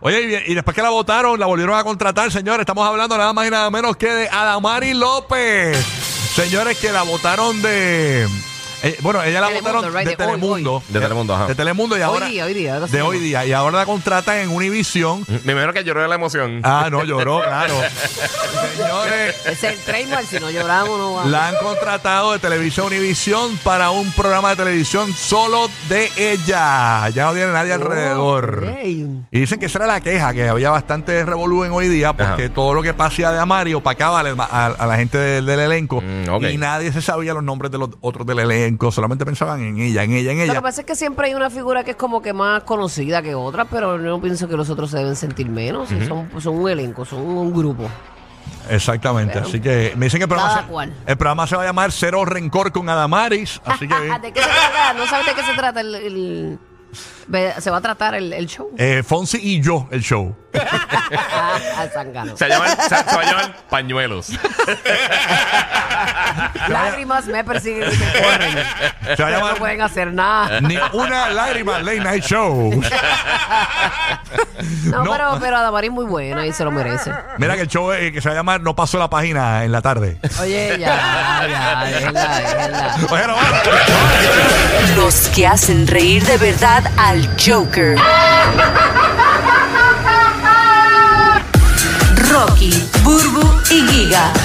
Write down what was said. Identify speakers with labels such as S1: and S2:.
S1: Oye, y, y después que la votaron, la volvieron a contratar, señores. Estamos hablando nada más y nada menos que de Adamari López. Señores, que la votaron de. eh, bueno, ella la
S2: Telemundo,
S1: votaron
S2: right,
S1: de,
S2: de hoy,
S1: Telemundo.
S2: hoy.
S1: Eh,
S3: De Telemundo, ajá.
S1: De Telemundo y ahora.
S2: día, hoy día, ahora sí.
S1: De hoy día. Y ahora la contratan en Univision.
S3: Me imagino que lloró de la emoción.
S1: Ah, no, lloró, claro. Señores.
S2: Ese es el trademark, si no lloramos no vamos.
S1: La han contratado de Televisión Univisión para un programa de televisión solo de ella. Ya no tiene nadie alrededor.
S2: Ey.
S1: Y dicen que esa era la queja, que había bastante revolú en hoy día, porque todo lo que pasaba de Amari opacaba al- a, a la gente del, del elenco.
S3: Mm, ok.
S1: Y nadie se sabía los nombres de los otros del elenco, solamente pensaban en ella, en ella, en
S2: Lo
S1: ella.
S2: que pasa es que siempre hay una figura que es como que más conocida que otra, pero yo no pienso que los otros se deben sentir menos. son, son un elenco, son un grupo.
S1: Exactamente.
S2: Pero-
S1: así que me dicen que el programa,
S2: Cada
S1: se,
S2: cual.
S1: el programa se va a llamar Cero Rencor con Adamaris. Así que.
S2: Ah, ¿De qué se trata? ¿No sabes de qué se trata el, el- ve- se va a tratar el, el show?
S1: eh, Fonsi y yo, el show.
S2: Ah, Zangano.
S3: Se, llaman, se, se va a llamar pañuelos.
S2: Lágrimas me persiguen y me corren.
S1: Se va a
S2: Pero no
S1: llamar
S2: pueden hacer nada.
S1: Ni una lágrima Late Night Show.
S2: No,
S1: No.
S2: pero, pero Adamari es muy buena y se lo merece.
S1: Mira que el show eh, que se va a llamar No pasó la página en la tarde.
S2: Oye, ya, ya, déjenla, déjenla.
S1: Oye, no, bueno.
S4: Los que hacen reír de verdad al Joker. Rocky, Burbu y Giga.